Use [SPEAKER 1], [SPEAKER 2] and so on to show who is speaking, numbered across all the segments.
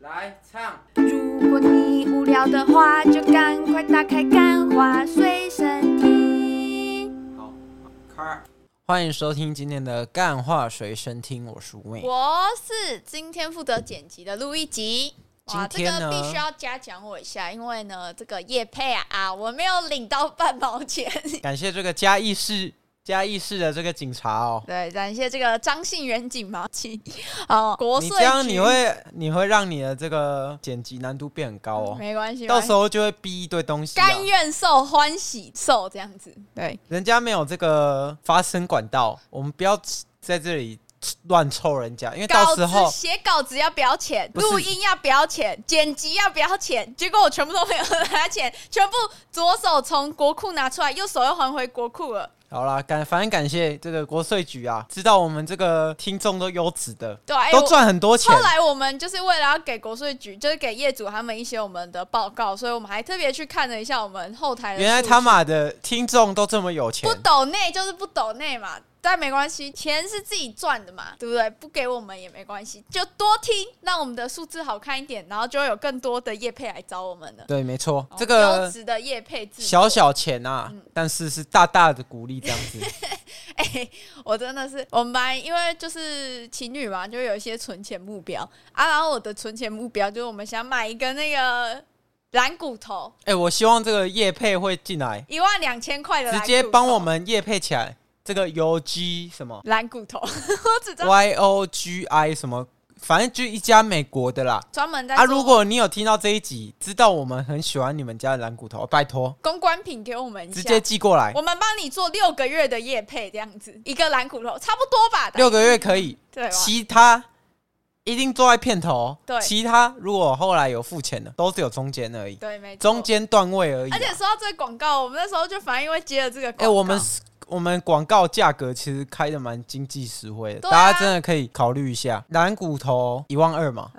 [SPEAKER 1] 来唱。
[SPEAKER 2] 如果你无聊的话，就赶快打开《干花随身听》。
[SPEAKER 1] 欢迎收听今天的《干话随身听》，我是 Win。
[SPEAKER 3] 我是今天负责剪辑的路易吉。哇，
[SPEAKER 1] 今
[SPEAKER 3] 这
[SPEAKER 1] 天
[SPEAKER 3] 个
[SPEAKER 1] 呢
[SPEAKER 3] 必须要嘉奖我一下，因为呢，这个叶配啊啊，我没有领到半毛钱。
[SPEAKER 1] 感谢这个嘉义市嘉义市的这个警察哦，
[SPEAKER 3] 对，感谢这个张信元警毛奇哦，国
[SPEAKER 1] 你
[SPEAKER 3] 税
[SPEAKER 1] 这样
[SPEAKER 3] 局
[SPEAKER 1] 你会你会让你的这个剪辑难度变很高哦，
[SPEAKER 3] 没关系，
[SPEAKER 1] 到时
[SPEAKER 3] 候
[SPEAKER 1] 候就会逼一堆东西、啊，
[SPEAKER 3] 甘愿受欢喜受这样子。对，
[SPEAKER 1] 人家没有这个发声管道，我们不要在这里乱抽人家，因为到
[SPEAKER 3] 稿
[SPEAKER 1] 时
[SPEAKER 3] 子
[SPEAKER 1] 候
[SPEAKER 3] 写稿子要不要钱，
[SPEAKER 1] 不是
[SPEAKER 3] 录音要不要钱，剪辑要不要钱？结果我全部都没有拿钱，全部左手从国库拿出来，右手又还回国库了。
[SPEAKER 1] 好啦，感反正感谢这个国税局啊，知道我们这个听众都优质的，
[SPEAKER 3] 对啊，哎
[SPEAKER 1] 都
[SPEAKER 3] 我
[SPEAKER 1] 赚很多钱
[SPEAKER 3] 后。来我们就是为了要给国税局，就是给业主他们一些我们的报告，所以我们还特别去看了一下我们后台的数据。
[SPEAKER 1] 原来他妈的听众都这么有钱
[SPEAKER 3] 不，抖内就是不抖内嘛，但没关系，钱是自己赚的嘛，对不对？不给我们也没关系，就多听，让我们的数字好看一点，然后就会有更多的业配来找我们了。
[SPEAKER 1] 对，没错，
[SPEAKER 3] 哦
[SPEAKER 1] 这
[SPEAKER 3] 优
[SPEAKER 1] 个
[SPEAKER 3] 质的业配制作嗯
[SPEAKER 1] 小小钱啊，但是是大大的鼓励这样子。
[SPEAKER 3] 哎、我真的是我们班，因为就是情侣嘛，就有一些存钱目标啊。然后我的存钱目标就是我们想买一个那个蓝骨头，
[SPEAKER 1] 哎、我希望这个叶配会进来，
[SPEAKER 3] 一万两千块的蓝骨
[SPEAKER 1] 直
[SPEAKER 3] 头，
[SPEAKER 1] 接帮我们叶配起来。这个 U G 什么
[SPEAKER 3] 蓝骨头， 我只知道
[SPEAKER 1] Y O G I 什么，反正就一家美国的啦。
[SPEAKER 3] 专门在
[SPEAKER 1] 啊，
[SPEAKER 3] 做
[SPEAKER 1] 如果你有听到这一集，知道我们很喜欢你们家的蓝骨头，哦拜托
[SPEAKER 3] 公关品给我们一
[SPEAKER 1] 直
[SPEAKER 3] 下，
[SPEAKER 1] 接寄过来
[SPEAKER 3] 我，们帮你做六个月的业配，这样子一个蓝骨头差不多吧，
[SPEAKER 1] 六个月可以。
[SPEAKER 3] 对吧？
[SPEAKER 1] 其他一定坐在片头，哦
[SPEAKER 3] 对
[SPEAKER 1] 其他如果后来有付钱的，都是有中间而已，
[SPEAKER 3] 对，没错
[SPEAKER 1] 中。间段位而已啊、
[SPEAKER 3] 而且说到这个广告，我们那时候就反正因为接了这个广
[SPEAKER 1] 哎、
[SPEAKER 3] 告，
[SPEAKER 1] 我们我们广告价格其实开的蛮经济实惠的，
[SPEAKER 3] 对啊
[SPEAKER 1] 大家真的可以考虑一下。蓝骨头一万 二嘛，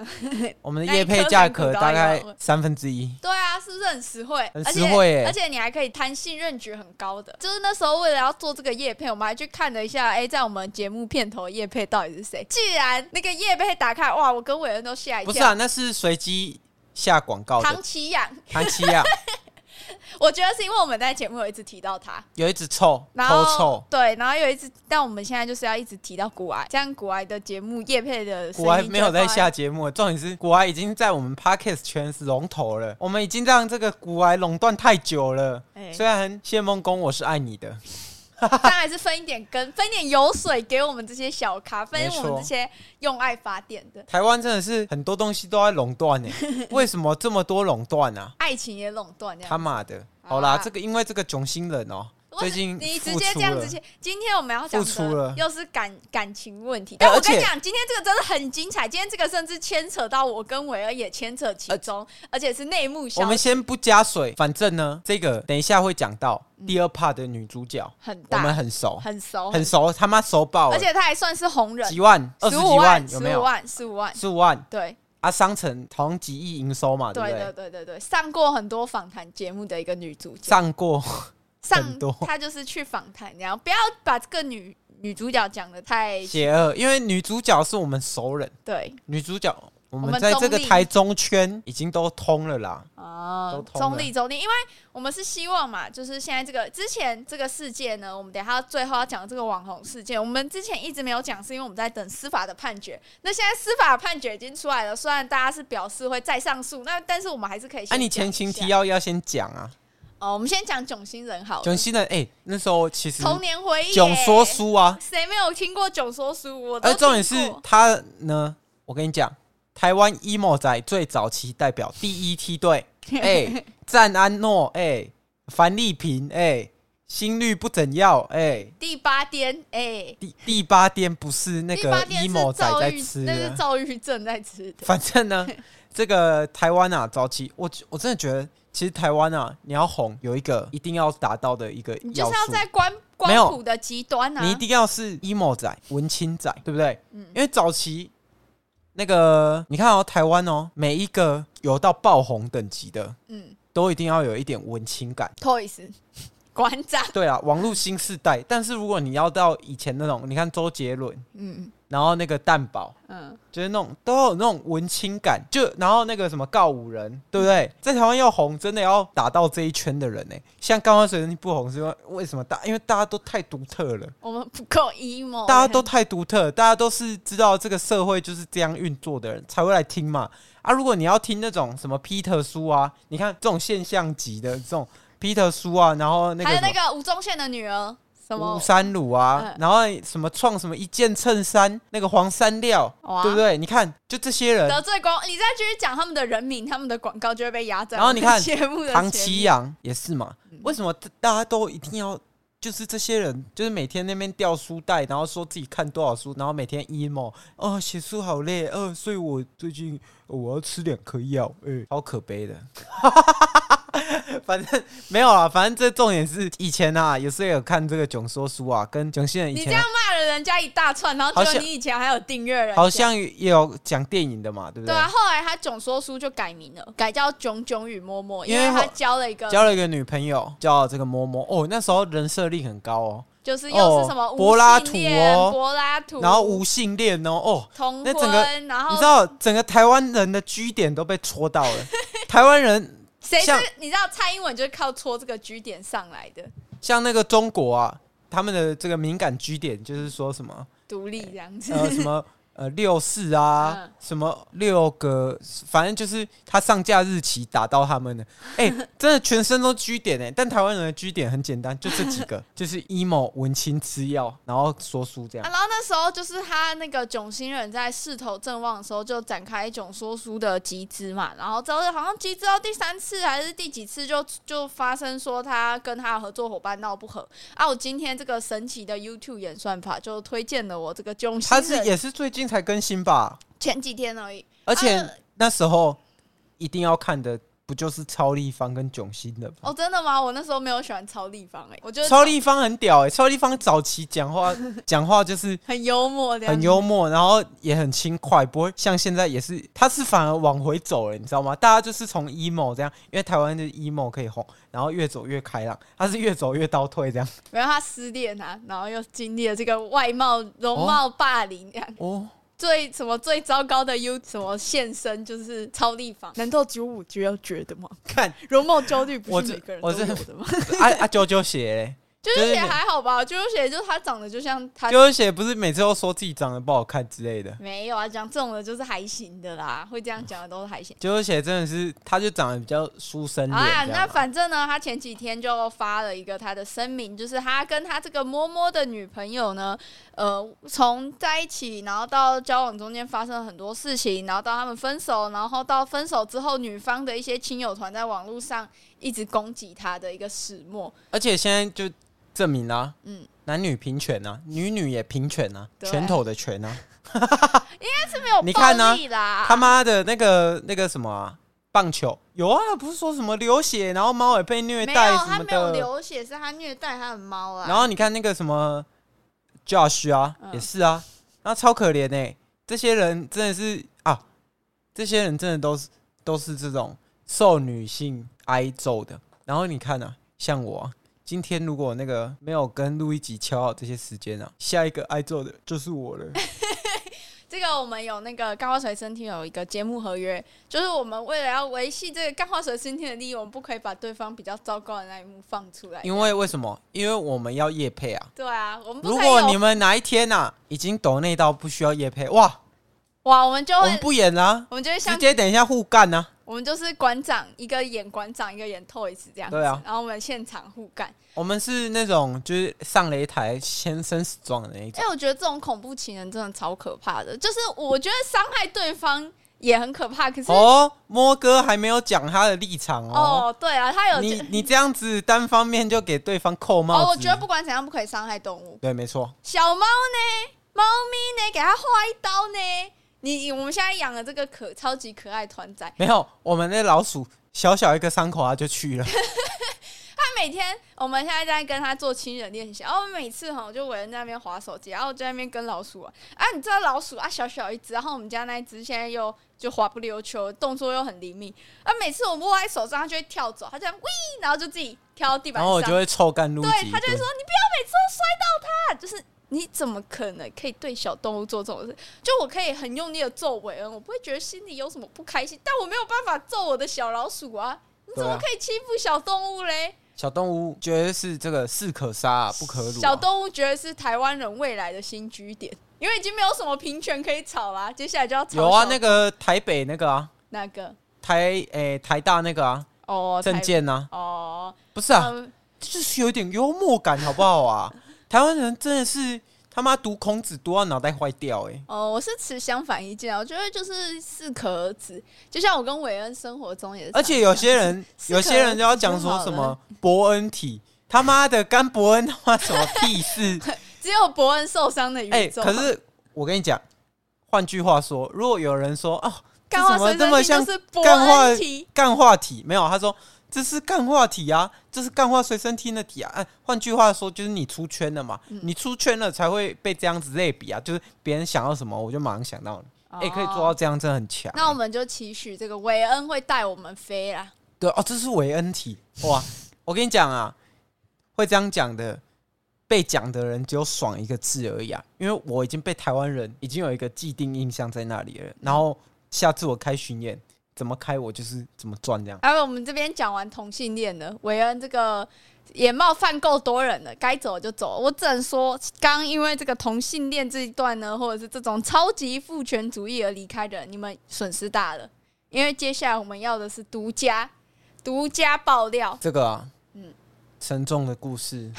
[SPEAKER 1] 我们的夜配价格大概三分之一。
[SPEAKER 3] 对啊，是不是很实惠？
[SPEAKER 1] 很实惠耶
[SPEAKER 3] 而且而且你还可以贪信任值很高的。就是那时候为了要做这个叶配，我们还去看了一下，哎、在我们节目片头叶配到底是谁？既然那个叶配打开，哇，我跟伟恩都吓一跳。
[SPEAKER 1] 不是啊，那是随机下广告
[SPEAKER 3] 唐
[SPEAKER 1] 的。啊
[SPEAKER 3] 奇阳，
[SPEAKER 1] 唐奇 亚
[SPEAKER 3] 我觉得是因为我们在节目有一直提到他，
[SPEAKER 1] 有一只臭，
[SPEAKER 3] 然
[SPEAKER 1] 偷
[SPEAKER 3] 后
[SPEAKER 1] 臭。
[SPEAKER 3] 对，然后有一直，但我们现在就是要一直提到古癌，这样古癌的节目叶配的声音
[SPEAKER 1] 国外没有在
[SPEAKER 3] 就会
[SPEAKER 1] 下节目，重点是国外已经在我们 podcast 圈是龙头了，我们已经让这个国外垄断太久了。
[SPEAKER 3] 哎
[SPEAKER 1] 虽然谢梦工我是爱你的，
[SPEAKER 3] 放，当然是分一点羹，分一点油水给我们这些小咖，分
[SPEAKER 1] 没错
[SPEAKER 3] 我们这些用爱发电的。
[SPEAKER 1] 台湾真的是很多东西都在垄 断呢，为什么这么多垄断啊？
[SPEAKER 3] 爱情也垄断这样
[SPEAKER 1] 他妈的！
[SPEAKER 3] 好
[SPEAKER 1] 好啦，
[SPEAKER 3] 啊
[SPEAKER 1] 这个因为这个囧星人哦，
[SPEAKER 3] 我
[SPEAKER 1] 最近
[SPEAKER 3] 你直
[SPEAKER 1] 复
[SPEAKER 3] 接这
[SPEAKER 1] 出
[SPEAKER 3] 样
[SPEAKER 1] 了
[SPEAKER 3] 子切，今天我们要讲
[SPEAKER 1] 付出了
[SPEAKER 3] 的又是感感情问题。
[SPEAKER 1] 哎
[SPEAKER 3] 但
[SPEAKER 1] 而
[SPEAKER 3] 我跟你
[SPEAKER 1] 且
[SPEAKER 3] 讲，今天这个真的很精彩，今天这个甚至牵扯到我跟维儿也牵扯其中，而且是内幕消息。
[SPEAKER 1] 呃我们先不加水，反正呢，这个等一下会讲到第二 part 的女主角，
[SPEAKER 3] 很
[SPEAKER 1] 我
[SPEAKER 3] 嗯大，
[SPEAKER 1] 们很熟，
[SPEAKER 3] 很熟，
[SPEAKER 1] 很熟，他妈熟爆了，
[SPEAKER 3] 而且他还算是红人，
[SPEAKER 1] 几万、二十
[SPEAKER 3] 十
[SPEAKER 1] 几
[SPEAKER 3] 五万，
[SPEAKER 1] 有
[SPEAKER 3] 十
[SPEAKER 1] 没
[SPEAKER 3] 五
[SPEAKER 1] 有？
[SPEAKER 3] 万，十五万，
[SPEAKER 1] 十五万
[SPEAKER 3] 对。
[SPEAKER 1] 啊，商城好像几亿营收啊嘛，对不
[SPEAKER 3] 对对对对对，上过很多访谈节目的一个女主角，
[SPEAKER 1] 上过，很
[SPEAKER 3] 上
[SPEAKER 1] 多
[SPEAKER 3] 她就是去访谈，然后不要把这个女女主角讲的太
[SPEAKER 1] 邪恶，因为女主角是我们熟人，
[SPEAKER 3] 对
[SPEAKER 1] 女主角
[SPEAKER 3] 我
[SPEAKER 1] 我们
[SPEAKER 3] 们
[SPEAKER 1] 在这个
[SPEAKER 3] 中立
[SPEAKER 1] 台中圈已经都通了啦。都
[SPEAKER 3] 哦，
[SPEAKER 1] 通了
[SPEAKER 3] 中立中立，因为我们是希望嘛，就是现在这个之前这个事件呢，我们等一下最后要讲这个网红事件，我们之前一直没有讲，是因为我们在等司法的判决。那现在司法判决已经出来了，虽然大家是表示会再上诉，那但是我们还是可以
[SPEAKER 1] 啊，
[SPEAKER 3] 先
[SPEAKER 1] 你
[SPEAKER 3] 讲一
[SPEAKER 1] 前情
[SPEAKER 3] 下哦
[SPEAKER 1] 提要要先讲啊，
[SPEAKER 3] 哦，我们先讲囧星人好了
[SPEAKER 1] 囧，星人，哎、那时候其实
[SPEAKER 3] 童年回忆耶，
[SPEAKER 1] 囧说书啊，
[SPEAKER 3] 谁没有听过囧说书？我都
[SPEAKER 1] 而重点
[SPEAKER 3] 听
[SPEAKER 1] 是
[SPEAKER 3] 过
[SPEAKER 1] 他呢，我跟你讲，台湾 emo 仔最早期代表 第一梯队，哎、赞安诺，哎、樊丽萍，哎、心率不怎要，哎、
[SPEAKER 3] 第八颠，哎、
[SPEAKER 1] 第第八颠不是那
[SPEAKER 3] 第
[SPEAKER 1] 个
[SPEAKER 3] 八颠是
[SPEAKER 1] emo 仔
[SPEAKER 3] 躁
[SPEAKER 1] 在
[SPEAKER 3] 郁，
[SPEAKER 1] 吃
[SPEAKER 3] 那是
[SPEAKER 1] 的。啊
[SPEAKER 3] 躁郁症在吃的。
[SPEAKER 1] 反正 呢，这个台湾啊，早期我我真的觉得，其实台湾啊，你要红有一个一定要达到的一个
[SPEAKER 3] 你就
[SPEAKER 1] 要
[SPEAKER 3] 是要
[SPEAKER 1] 素，
[SPEAKER 3] 在光
[SPEAKER 1] 没有
[SPEAKER 3] 光谱的极端啊！
[SPEAKER 1] 你一定要是 emo 仔、文青仔，对不对？
[SPEAKER 3] 嗯
[SPEAKER 1] 因为早期那个你看哦，台湾哦，每一个有到爆红等级的，
[SPEAKER 3] 嗯
[SPEAKER 1] 都一定要有一点文青感。
[SPEAKER 3] ，Toys 馆长，
[SPEAKER 1] 对啊，网络新世代，但是如果你要到以前那种，你看周杰伦，
[SPEAKER 3] 嗯，
[SPEAKER 1] 然后那个蛋堡，
[SPEAKER 4] 嗯，
[SPEAKER 1] 就是那种都有那种文青感，就然后那个什么告五人，对
[SPEAKER 3] 嗯
[SPEAKER 1] 不对？在台湾要红，真的要打到这一圈的人呢、欸像刚刚水人不红是因为为什么大？因为大家都太独特了，
[SPEAKER 3] 我们不够 emo，欸
[SPEAKER 1] 大家都太独特，大家都是知道这个社会就是这样运作的人才会来听嘛。啊，如果你要听那种什么 Peter 书啊，你看这种现象级的这种 Peter 书啊，然后那个
[SPEAKER 3] 还有
[SPEAKER 1] 什么
[SPEAKER 3] 那个吴宗宪的女儿，什
[SPEAKER 1] 吴
[SPEAKER 3] 么
[SPEAKER 1] 三鲁啊
[SPEAKER 3] 嗯，
[SPEAKER 1] 然后什么创什么一件衬衫，那个黄山料，
[SPEAKER 3] 哇
[SPEAKER 1] 对不对？你看，就这些人，
[SPEAKER 3] 得罪光，你再继续讲他们的人名，他们的广告就会被压在
[SPEAKER 1] 然后
[SPEAKER 3] 我们
[SPEAKER 1] 你看
[SPEAKER 3] 节目的嗯
[SPEAKER 1] 唐啊
[SPEAKER 3] 前
[SPEAKER 1] 奇
[SPEAKER 3] 面
[SPEAKER 1] 阳也是嘛？为什么大家都一定要？就是这些人，就是每天那边掉书袋，然后说自己看多少书，然后每天 emo，哦，写书好累，呃，所以我最近、呃我要吃两颗药，哎、超可悲的。 反正没有啦，反正这重点是以前啊，有时候有看这个囧说书啊，跟囧星人以
[SPEAKER 3] 你
[SPEAKER 1] 前
[SPEAKER 3] 这
[SPEAKER 1] 啊、
[SPEAKER 3] 样骂了人家一大串，然后
[SPEAKER 1] 好
[SPEAKER 3] 结果
[SPEAKER 1] 像
[SPEAKER 3] 你以前还有订阅人家，
[SPEAKER 1] 好像欸也有讲电影的嘛，对不
[SPEAKER 3] 对啊。后来他囧说书就改名了，改叫《囧囧与嬷嬷》，因
[SPEAKER 1] 因为
[SPEAKER 3] 为他
[SPEAKER 1] 后
[SPEAKER 3] 交了一个，
[SPEAKER 1] 交了一个女朋友，叫这个嬷嬷哦，那时候人设力很高哦，
[SPEAKER 3] 就是又是什么
[SPEAKER 1] 哦
[SPEAKER 3] 无
[SPEAKER 1] 柏拉
[SPEAKER 3] 性
[SPEAKER 1] 图
[SPEAKER 3] 恋
[SPEAKER 1] 哦
[SPEAKER 3] 柏拉图，
[SPEAKER 1] 然后无性恋哦，哦，
[SPEAKER 3] 同
[SPEAKER 1] 那整个
[SPEAKER 3] 婚，然后
[SPEAKER 1] 你知道整个台湾人的居点都被戳到 了，台湾人
[SPEAKER 3] 谁是
[SPEAKER 1] 像
[SPEAKER 3] 你知道蔡英文就是靠戳这个据点上来的，
[SPEAKER 1] 像那个中国啊，他们的这个敏感居点就是说什么
[SPEAKER 3] 独立这样子。
[SPEAKER 1] 呃什么。呃，六四啊，
[SPEAKER 3] 嗯
[SPEAKER 1] 什么六个，反正就是他上架日期打到他 们的，哎、真的全身都居点哎、但台湾人的居点很简单，就这几 个，就是 emo 文青吃药，然后说书这 样
[SPEAKER 3] 啊，。然后那时候就是他那个囧星人在势头正旺的时候，就展开一种说书的集资嘛。然后之后好像集资到第三次还是第几次就，就发生说他跟他的合作伙伴闹不和啊。我今天这个神奇的 YouTube 演算法就推荐了我这个囧星
[SPEAKER 1] 他是
[SPEAKER 3] 人，
[SPEAKER 1] 也是最近才更新吧，
[SPEAKER 3] 前几天而已。
[SPEAKER 1] 而且
[SPEAKER 3] 啊
[SPEAKER 1] 那时候一定要看的不就是超立方跟囧星的吗？
[SPEAKER 3] 哦，真的吗？我那时候没有喜欢超立方哎、我觉得
[SPEAKER 1] 超立方很屌哎、超立方早期 讲话讲话就是
[SPEAKER 3] 很幽默的，
[SPEAKER 1] 很幽默，然后也很轻快，不会像现在也是，他是反而往回走了，你知道吗？大家就是从 emo 这样，因为台湾的 emo 可以红，然后越走越开朗，他是越走越倒退这样。
[SPEAKER 3] 然后他失恋啊，然后又经历了这个外貌容貌霸凌，这样、
[SPEAKER 1] 哦，
[SPEAKER 3] 最什么最糟糕的 U 什么现身就是超立方，难道只有我觉得觉得吗？
[SPEAKER 1] 看
[SPEAKER 3] 容貌焦虑不
[SPEAKER 1] 我
[SPEAKER 3] 是
[SPEAKER 1] 这
[SPEAKER 3] 每个人都
[SPEAKER 1] 我
[SPEAKER 3] 有
[SPEAKER 1] 这
[SPEAKER 3] 的吗？
[SPEAKER 1] 啊啊啾啾鞋嘞，
[SPEAKER 3] 啾
[SPEAKER 1] 就
[SPEAKER 3] 啾
[SPEAKER 1] 是
[SPEAKER 3] 鞋还好吧，啾啾鞋就是他长得就像他
[SPEAKER 1] 啾。啾鞋不是每次都说自己长得不好看之类的。
[SPEAKER 3] 没有啊，讲这种的就是还行的啦，会这样讲的都是还行。
[SPEAKER 1] 啾啾鞋真的是，他就长得比较书生脸
[SPEAKER 3] 好啦，
[SPEAKER 1] 这
[SPEAKER 3] 啊那
[SPEAKER 1] 样嘛
[SPEAKER 3] 反正呢，他前几天就发了一个他的声明，就是他跟他这个摸摸的女朋友呢，呃，从在一起，然后到交往中间发生了很多事情，然后到他们分手，然后到分手之后，女方的一些亲友团在网络上一直攻击他的一个始末。
[SPEAKER 1] 而且现在就证明啦、
[SPEAKER 3] 嗯
[SPEAKER 1] 嗯，男女平权啊，女女也平权啊，
[SPEAKER 3] 对
[SPEAKER 1] 拳头的拳啊，
[SPEAKER 3] 是没有
[SPEAKER 1] 你看
[SPEAKER 3] 暴
[SPEAKER 1] 啊
[SPEAKER 3] 力啦，
[SPEAKER 1] 他妈的那个那个什么啊，棒球有啊，不是说什么流血，然后猫也被虐
[SPEAKER 3] 没
[SPEAKER 1] 待
[SPEAKER 3] 有，
[SPEAKER 1] 什
[SPEAKER 3] 他
[SPEAKER 1] 么
[SPEAKER 3] 没有
[SPEAKER 1] 的，
[SPEAKER 3] 流血，是他虐待他的猫啊。
[SPEAKER 1] 然后你看那个什么 Josh 啊，
[SPEAKER 3] 嗯
[SPEAKER 1] 也是啊，那超可怜哎、这些人真的是啊，这些人真的都是都是这种受女性挨揍的。然后你看啊，像我、啊。今天如果那个没有跟录一集敲好这些时间啊，下一个挨揍的就是 我了。
[SPEAKER 3] 这个我们有那个干化水身体有一个节目合约，就是我们为了要维系这个干化水身体的利益，我们不可以把对方比较糟糕的那一幕放出来。
[SPEAKER 1] 因为为什么？因为我们要夜配啊。
[SPEAKER 3] 对啊，我们不
[SPEAKER 1] 如
[SPEAKER 3] 可以有
[SPEAKER 1] 果你们哪一天呐、啊、已经抖内到不需要夜配，哇，
[SPEAKER 3] 哇，我们就
[SPEAKER 1] 我
[SPEAKER 3] 会
[SPEAKER 1] 们不演啦、
[SPEAKER 3] 我们就会
[SPEAKER 1] 直
[SPEAKER 3] 像
[SPEAKER 1] 接等一下互干啊呐、
[SPEAKER 3] 我们就是馆长一个演馆长，一个演 Toys 这样子，
[SPEAKER 1] 对啊
[SPEAKER 3] 然后我们现场互干。
[SPEAKER 1] 我们是那种就是上擂台先生死状的那一
[SPEAKER 3] 哎、
[SPEAKER 1] 种。
[SPEAKER 3] 我觉得这种恐怖情人真的超可怕的，就是我觉得伤害对方也很可怕。可是哦
[SPEAKER 1] 哦，摸哥还没有讲他的立场哦。
[SPEAKER 3] 对啊，他有
[SPEAKER 1] 你你这样子单方面就给对方扣帽子，
[SPEAKER 3] 哦，我觉得不管怎样不可以伤害动物。
[SPEAKER 1] 对，没错。
[SPEAKER 3] 小猫呢，猫咪呢，给它划一刀呢。你我们现在养了这个可超级可爱团仔，
[SPEAKER 1] 没有，我们那老鼠小小一个伤口啊就 去了。
[SPEAKER 3] 他每天，我们现在在跟他做亲人练习，哦然后我每次哈，我就围着在那边划手机，然后我就在那边跟老鼠玩。啊，你知道老鼠啊，小小一只，然后我们家那一只现在又就滑不溜秋，动作又很灵敏。啊，每次我握在手上，它就会跳走，它就这样喂，然后就自己跳到地板
[SPEAKER 1] 然
[SPEAKER 3] 上。
[SPEAKER 1] 后我就会臭干露
[SPEAKER 3] 对，
[SPEAKER 1] 脊。
[SPEAKER 3] 他就会说你不要每次都摔到它，就是你怎么可能可以对小动物做这种事？就我可以很用力的揍韦恩，我不会觉得心里有什么不开心，但我没有办法揍我的小老鼠啊！你怎么
[SPEAKER 1] 对啊
[SPEAKER 3] 可以欺负小动物嘞？
[SPEAKER 1] 小动物觉得是这个是可杀、不可辱、啊。
[SPEAKER 3] 小动物觉得是台湾人未来的新居点，因为已经没有什么平权可以吵啦，接下来就要吵
[SPEAKER 1] 有啊，
[SPEAKER 3] 小
[SPEAKER 1] 那个台北那个啊，
[SPEAKER 3] 那个
[SPEAKER 1] 台诶、台大那个啊，
[SPEAKER 3] 哦，
[SPEAKER 1] 证件啊，
[SPEAKER 3] 台哦，
[SPEAKER 1] 不是啊，
[SPEAKER 3] 嗯
[SPEAKER 1] 这就是有一点幽默感好不 好啊？台湾人真的是他妈读孔子读到脑袋坏掉哎、
[SPEAKER 3] 哦，我是持相反意见啊，我觉得就是适可而止，就像我跟韦恩生活中也是常常，
[SPEAKER 1] 而且有些人
[SPEAKER 3] 啊是啊
[SPEAKER 1] 有些人就要讲
[SPEAKER 3] 可
[SPEAKER 1] 说
[SPEAKER 3] 能
[SPEAKER 1] 什
[SPEAKER 3] 就好
[SPEAKER 1] 么
[SPEAKER 3] 了
[SPEAKER 1] 伯恩体，他妈的干伯恩他妈什么 屁事？
[SPEAKER 3] 只有伯恩受伤的
[SPEAKER 1] 哎、
[SPEAKER 3] 宇宙，
[SPEAKER 1] 可是我跟你讲，换句话说，如果有人说哦，这
[SPEAKER 3] 干话
[SPEAKER 1] 怎么
[SPEAKER 3] 随
[SPEAKER 1] 这
[SPEAKER 3] 身
[SPEAKER 1] 么
[SPEAKER 3] 听
[SPEAKER 1] 像
[SPEAKER 3] 就是伯
[SPEAKER 1] 干话
[SPEAKER 3] 恩题，
[SPEAKER 1] 干话体没有，他说这是干话体啊，这是干话随身听的体啊。哎换句话说，就是你出圈了嘛，
[SPEAKER 3] 嗯
[SPEAKER 1] 你出圈了才会被这样子类比啊，就是别人想要什么，我就马上想到你。哎、可以做到
[SPEAKER 3] 哦。
[SPEAKER 1] 这样，真的很强。
[SPEAKER 3] 那我们就期许这个韦恩会带我们飞啦。
[SPEAKER 1] 对哦，这是韦恩体哇！我跟你讲啊，会这样讲的，被讲的人只有爽一个字而已啊，因为我已经被台湾人已经有一个既定印象在那里了。然后下次我开巡演，怎么开我就是怎么赚这样。
[SPEAKER 3] 啊还有我们这边讲完同性恋的，韦恩这个也冒犯够多人了，该走就走。我只能说，刚因为这个同性恋这一段呢，或者是这种超级父权主义而离开的人，你们损失大了。因为接下来我们要的是独家，独家爆料。
[SPEAKER 1] 这个啊，
[SPEAKER 3] 嗯
[SPEAKER 1] 沉重的故 事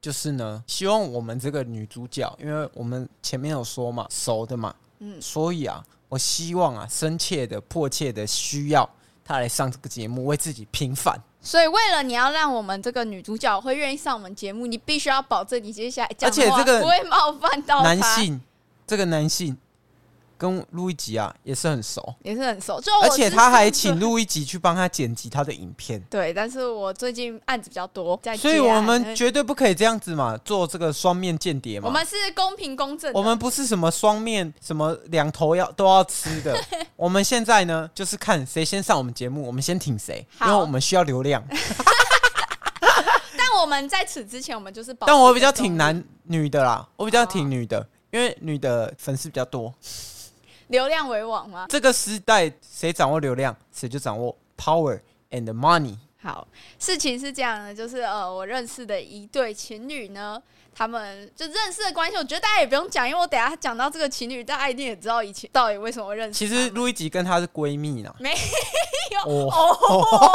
[SPEAKER 1] 就是呢，希望我们这个女主角，因为我们前面有说嘛，熟的嘛，
[SPEAKER 3] 嗯
[SPEAKER 1] 所以啊，我希望啊，深切的、迫切的需要她来上这个节目，为自己平反。
[SPEAKER 3] 所以为了你要让我们这个女主角会愿意上我们节目，你必须要保证你接下来讲的
[SPEAKER 1] 而且
[SPEAKER 3] 话
[SPEAKER 1] 这个
[SPEAKER 3] 不会冒犯到
[SPEAKER 1] 男
[SPEAKER 3] 她
[SPEAKER 1] 性，这个男性跟路易吉啊也是很熟，
[SPEAKER 3] 也是很熟，就
[SPEAKER 1] 而
[SPEAKER 3] 我
[SPEAKER 1] 且
[SPEAKER 3] 哦是
[SPEAKER 1] 他还
[SPEAKER 3] 上
[SPEAKER 1] 请
[SPEAKER 3] 次
[SPEAKER 1] 路易吉去帮他剪辑他的影片，
[SPEAKER 3] 对，但是我最近案子比较多，在
[SPEAKER 1] 所以
[SPEAKER 3] 接
[SPEAKER 1] 我
[SPEAKER 3] 案
[SPEAKER 1] 们
[SPEAKER 3] 呃
[SPEAKER 1] 绝对不可以这样子嘛，做这个双面间谍嘛。
[SPEAKER 3] 我们是公平公正的，
[SPEAKER 1] 我们不是什么双面，什么两头要都要吃 的。我们现在呢，就是看谁先上我们节目，我们先挺谁，因
[SPEAKER 3] 好
[SPEAKER 1] 为我们需要流量。
[SPEAKER 3] 但我们在此之前，我们就是保持
[SPEAKER 1] 但我比较
[SPEAKER 3] 一种
[SPEAKER 1] 挺男女的啦，我比较挺女
[SPEAKER 3] 哦
[SPEAKER 1] 的，因为女的粉丝比较多。
[SPEAKER 3] 流量为王嘛。
[SPEAKER 1] 这个时代，谁掌握流量，谁就掌握 power and money。
[SPEAKER 3] 好，事情是这样的，就是呃，我认识的一对情侣呢，他们就认识的关系，我觉得大家也不用讲，因为我等一下讲到这个情侣，大家一定也知道以前到底为什么会认识。
[SPEAKER 1] 其实路易吉跟她是闺蜜啦，
[SPEAKER 3] 没
[SPEAKER 1] 有哦，
[SPEAKER 3] 哦，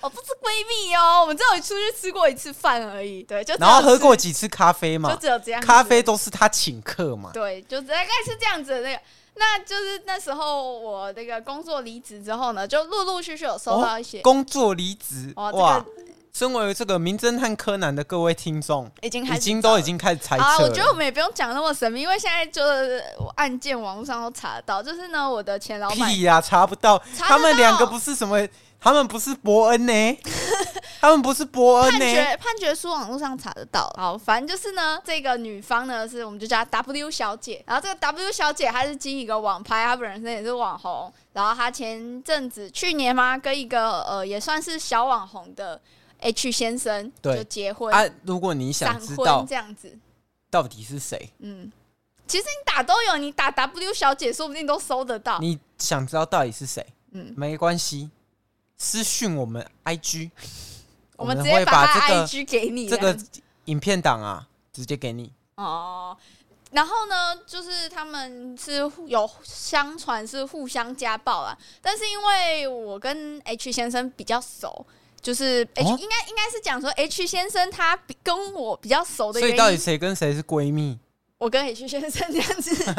[SPEAKER 3] 我不是闺蜜哦，我们只有出去吃过一次饭而已，对，就只有
[SPEAKER 1] 然后喝
[SPEAKER 3] 吃
[SPEAKER 1] 过，几次咖啡
[SPEAKER 3] 就
[SPEAKER 1] 嘛，
[SPEAKER 3] 只有这样子，
[SPEAKER 1] 咖啡都是她请客嘛。
[SPEAKER 3] 对，就大概是这样子的那个。那就是那时候我那个工作离职之后呢，就陆陆续续有收到一些
[SPEAKER 1] 哦、工作离职，
[SPEAKER 3] 哦这个
[SPEAKER 1] 哇！身为这个名侦探柯南的各位听众，
[SPEAKER 3] 已经开
[SPEAKER 1] 已
[SPEAKER 3] 始
[SPEAKER 1] 经
[SPEAKER 3] 找
[SPEAKER 1] 都
[SPEAKER 3] 了
[SPEAKER 1] 已经开始猜测了。
[SPEAKER 3] 啊，我觉得我们也不用讲那么神秘，因为现在就是案件网络上都查得到。就是呢，我的前老板
[SPEAKER 1] 屁呀、查不到，
[SPEAKER 3] 查得
[SPEAKER 1] 他们两个
[SPEAKER 3] 到
[SPEAKER 1] 不是什么，他们不是伯恩呢、 他们不是伯恩
[SPEAKER 3] 判
[SPEAKER 1] 呢、
[SPEAKER 3] 决判决书网络上查得到。好，反正就是呢，这个女方呢是我们就叫她 W 小姐，然后这个 W 小姐她是经营一个网拍，她本身也是网红，然后她前阵子去年嘛跟一个呃也算是小网红的 H 先生
[SPEAKER 1] 对
[SPEAKER 3] 就结婚。
[SPEAKER 1] 啊，如果你想
[SPEAKER 3] 闪
[SPEAKER 1] 知
[SPEAKER 3] 婚
[SPEAKER 1] 道
[SPEAKER 3] 这样子，
[SPEAKER 1] 到底是谁，
[SPEAKER 3] 嗯，其实你打都有，你打 W 小姐说不定都搜得到。
[SPEAKER 1] 你想知道到底是谁，
[SPEAKER 3] 嗯，
[SPEAKER 1] 没关系，私讯我们 IG，
[SPEAKER 3] 我们直
[SPEAKER 1] 会
[SPEAKER 3] 接
[SPEAKER 1] 把
[SPEAKER 3] 她
[SPEAKER 1] 这个
[SPEAKER 3] IG 给你
[SPEAKER 1] 这
[SPEAKER 3] 样
[SPEAKER 1] 个
[SPEAKER 3] 子
[SPEAKER 1] 影片档啊，直接给你。
[SPEAKER 3] 哦。然后呢，就是他们是互有相传是互相家暴啊，但是因为我跟 H 先生比较熟，就是 H、
[SPEAKER 1] 哦
[SPEAKER 3] 应该应该是讲说 H 先生他比跟我比较熟的
[SPEAKER 1] 所
[SPEAKER 3] 原
[SPEAKER 1] 以到底
[SPEAKER 3] 因，
[SPEAKER 1] 谁跟谁是闺蜜？
[SPEAKER 3] 我跟 H 先生这样子，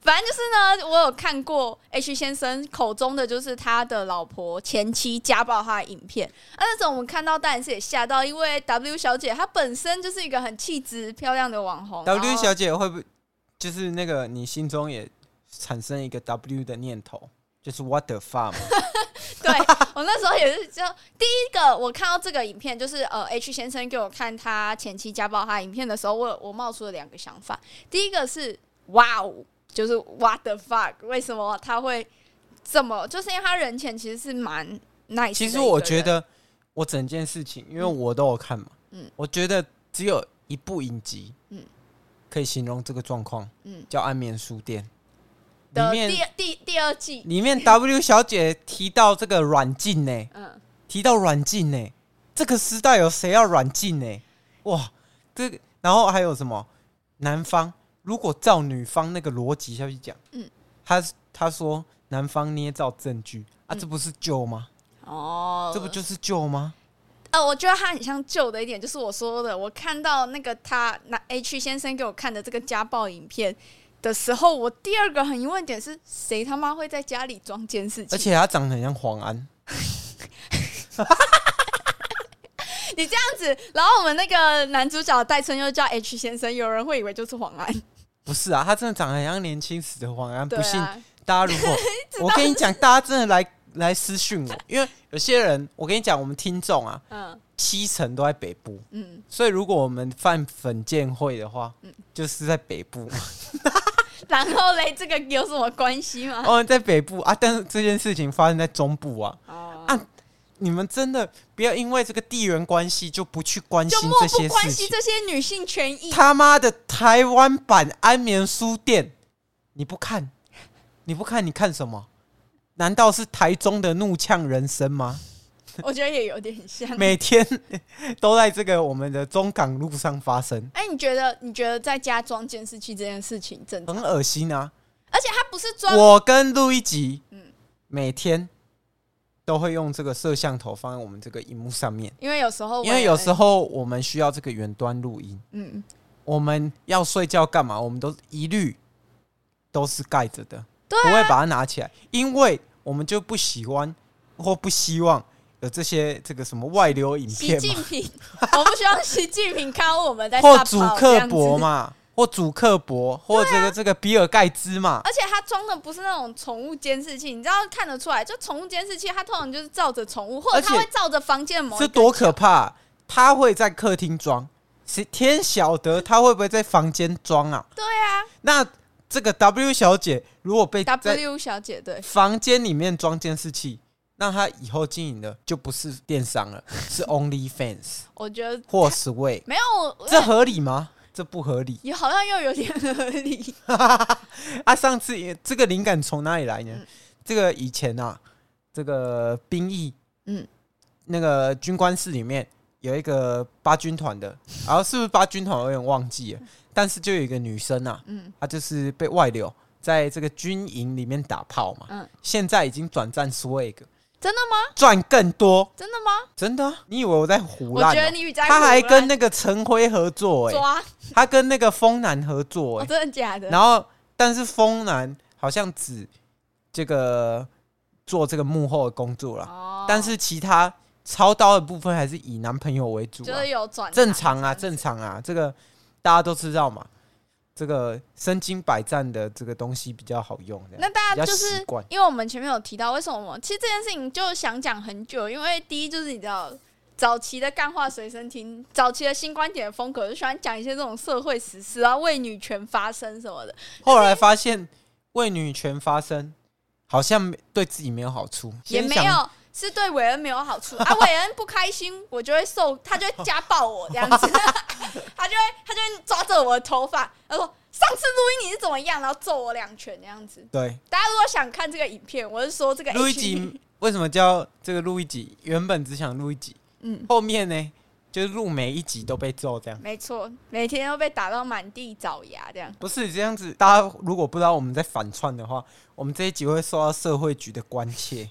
[SPEAKER 3] 反正就是呢，我有看过 H 先生口中的就是他的老婆前妻家暴他的影片，啊，那种我们看到当然是也吓到，因为 W 小姐她本身就是一个很气质漂亮的网红
[SPEAKER 1] W
[SPEAKER 3] 然后
[SPEAKER 1] 小姐会不会就是那个你心中也产生一个 W 的念头，就是 What the fuck？嘛
[SPEAKER 3] 对 我那时候也是就第一个，我看到这个影片，就是呃 H 先生给我看他前妻家暴他的影片的时候，我有我冒出了两个想法。第一个是哇哦，就是 what the fuck，为什么他会这么？就是因为他人前其实是蛮 nice 的一个人。
[SPEAKER 1] 其实我觉得我整件事情，因为我都有看嘛，
[SPEAKER 3] 嗯
[SPEAKER 1] 我觉得只有一部影集，
[SPEAKER 3] 嗯
[SPEAKER 1] 可以形容这个状况，
[SPEAKER 3] 嗯
[SPEAKER 1] 叫《安眠书店》。
[SPEAKER 3] 的
[SPEAKER 1] 里面
[SPEAKER 3] 第第第二季，
[SPEAKER 1] 里面 W 小姐提到这个软禁呢、
[SPEAKER 3] 嗯，
[SPEAKER 1] 提到软禁呢、这个时代有谁要软禁呢、哇，这个然后还有什么男方？如果照女方那个逻辑下去讲，
[SPEAKER 3] 嗯
[SPEAKER 1] 嗯，他他说男方捏造证据啊，这不是救吗？
[SPEAKER 3] 哦，
[SPEAKER 1] 这不就是救吗？
[SPEAKER 3] 呃，我觉得他很像旧的一点，就是我说的，我看到那个他那 H 先生给我看的这个家暴影片的时候，我第二个很疑问点是谁他妈会在家里装监视器？
[SPEAKER 1] 而且他长得很像黄安，
[SPEAKER 3] 你这样子，然后我们那个男主角戴春又叫 H 先生，有人会以为就是黄安，
[SPEAKER 1] 不是啊，他真的长得很像年轻时的黄安。
[SPEAKER 3] 对
[SPEAKER 1] 不信
[SPEAKER 3] 啊，
[SPEAKER 1] 大家如 果我跟你讲，大家真的来来私讯我，因为有些人，我跟你讲，我们听众啊，
[SPEAKER 3] 嗯
[SPEAKER 1] 七成都在北部，
[SPEAKER 3] 嗯，
[SPEAKER 1] 所以如果我们犯粉见会的话，就是在北部，
[SPEAKER 3] 然后嘞，这个有什么关系吗？
[SPEAKER 1] 哦，在北部啊，但是这件事情发生在中部啊，
[SPEAKER 3] 哦
[SPEAKER 1] 啊你们真的不要因为这个地缘关系就不去关
[SPEAKER 3] 就
[SPEAKER 1] 心
[SPEAKER 3] 漠
[SPEAKER 1] 这
[SPEAKER 3] 不
[SPEAKER 1] 些
[SPEAKER 3] 关
[SPEAKER 1] 事
[SPEAKER 3] 心
[SPEAKER 1] 情。
[SPEAKER 3] 这些女性权益，
[SPEAKER 1] 他妈的台湾版《安眠书店》，你不看，你不看，你看什么？难道是台中的怒呛人生吗？
[SPEAKER 3] 我觉得也有点像。
[SPEAKER 1] 每天都在这个我们的中港路上发生，
[SPEAKER 3] 哎、你觉得你觉得在家装监视器这件事情正常？
[SPEAKER 1] 很恶心啊！
[SPEAKER 3] 而且他不是装
[SPEAKER 1] 我跟路易吉，
[SPEAKER 3] 啊嗯
[SPEAKER 1] 每天都会用这个摄像头放在我们这个荧幕上面，
[SPEAKER 3] 因为有时候，
[SPEAKER 1] 因为有时
[SPEAKER 3] 候，
[SPEAKER 1] 候我们需要这个远端录音，
[SPEAKER 3] 嗯，
[SPEAKER 1] 我们要睡觉干嘛，我们都一律都是盖着的，
[SPEAKER 3] 对啊
[SPEAKER 1] 不会把它拿起来，因为我们就不喜欢或不希望有这些这个什么外流影
[SPEAKER 3] 习
[SPEAKER 1] 片嘛，
[SPEAKER 3] 近平， 我不希望习近平看到我们在
[SPEAKER 1] 或
[SPEAKER 3] 撒
[SPEAKER 1] 主
[SPEAKER 3] 泡这
[SPEAKER 1] 克
[SPEAKER 3] 样
[SPEAKER 1] 伯
[SPEAKER 3] 子。
[SPEAKER 1] 嘛，或主克伯，或这个这个比尔盖茨嘛，
[SPEAKER 3] 而且他装的不是那种宠物监视器，你知道看得出来，就宠物监视器，它通常就是照着宠物，或者
[SPEAKER 1] 而且
[SPEAKER 3] 它会照着房间的某一
[SPEAKER 1] 这
[SPEAKER 3] 个
[SPEAKER 1] 多可怕啊、他会在客厅装，谁天晓得他会不会在房间装啊？
[SPEAKER 3] 对啊
[SPEAKER 1] 那这个 W 小姐如果被在
[SPEAKER 3] ，W 小姐对，
[SPEAKER 1] 房间里面装监视器，那她以后经营的就不是电商了，是 OnlyFans
[SPEAKER 3] 我觉得
[SPEAKER 1] 或 Sway，
[SPEAKER 3] 没有， 我
[SPEAKER 1] 这合理吗？这不合理
[SPEAKER 3] 也好像又有点合理。
[SPEAKER 1] 啊！上次也这个灵感从哪里来呢？
[SPEAKER 3] 嗯
[SPEAKER 1] 这个以前啊，这个兵役，
[SPEAKER 3] 嗯
[SPEAKER 1] 嗯，那个军官室里面有一个八军团 的，然后是不是八军团我有点忘记了，但是就有一个女生啊，
[SPEAKER 3] 嗯
[SPEAKER 1] 她就是被外流，在这个军营里面打炮嘛，
[SPEAKER 3] 嗯，
[SPEAKER 1] 现在已经转战 swag，
[SPEAKER 3] 真的吗？赚
[SPEAKER 1] 赚更多，
[SPEAKER 3] 真的吗？
[SPEAKER 1] 真的啊、你以为我在胡
[SPEAKER 3] 我
[SPEAKER 1] 乱、
[SPEAKER 3] 觉
[SPEAKER 1] 哦？
[SPEAKER 3] 得你比在
[SPEAKER 1] 他还
[SPEAKER 3] 胡乱
[SPEAKER 1] 跟那个陈辉合作、欸，
[SPEAKER 3] 抓，
[SPEAKER 1] 他跟那个风男合作、
[SPEAKER 3] 哦
[SPEAKER 1] 欸，
[SPEAKER 3] 真的假的？
[SPEAKER 1] 然后但是风男好像只这个做这个幕后的工作了，
[SPEAKER 3] 哦
[SPEAKER 1] 但是其他操刀的部分还是以男朋友为主、
[SPEAKER 3] 就
[SPEAKER 1] 啊，
[SPEAKER 3] 是有转达
[SPEAKER 1] 正常啊，
[SPEAKER 3] 这样
[SPEAKER 1] 正
[SPEAKER 3] 子
[SPEAKER 1] 常啊，这个大家都知道嘛。这个身经百战的这个东西比较好用，这样
[SPEAKER 3] 那大家
[SPEAKER 1] 啊比较
[SPEAKER 3] 就是
[SPEAKER 1] 习惯
[SPEAKER 3] 因为我们前面有提到，为什么我其实这件事情就想讲很久，因为第一就是你知道。早期的干话随身听，早期的新观点的风格，就喜欢讲一些这种社会时事啊，为女权发声什么的。
[SPEAKER 1] 后来发现为女权发声好像没对自己没有好处，
[SPEAKER 3] 也没
[SPEAKER 1] 先想
[SPEAKER 3] 有是对韦恩没有好处啊。 韦恩不开心，我就会受，他就会家暴我这样子， 他就会他就会抓着我的头发，他说上次录音你是怎么样，然后揍我两拳这样子。
[SPEAKER 1] 对。
[SPEAKER 3] 大家如果想看这个影片，我是说这个
[SPEAKER 1] 录一
[SPEAKER 3] H-
[SPEAKER 1] 集为什么叫这个录一集？原本只想录一集，
[SPEAKER 3] 嗯
[SPEAKER 1] 后面呢就是录每一集都被揍这样。
[SPEAKER 3] 没错，每天都被打到满地找牙这样。
[SPEAKER 1] 不是这样子，大家如果不知道我们在反串的话，我们这一集会受到社会局的关切。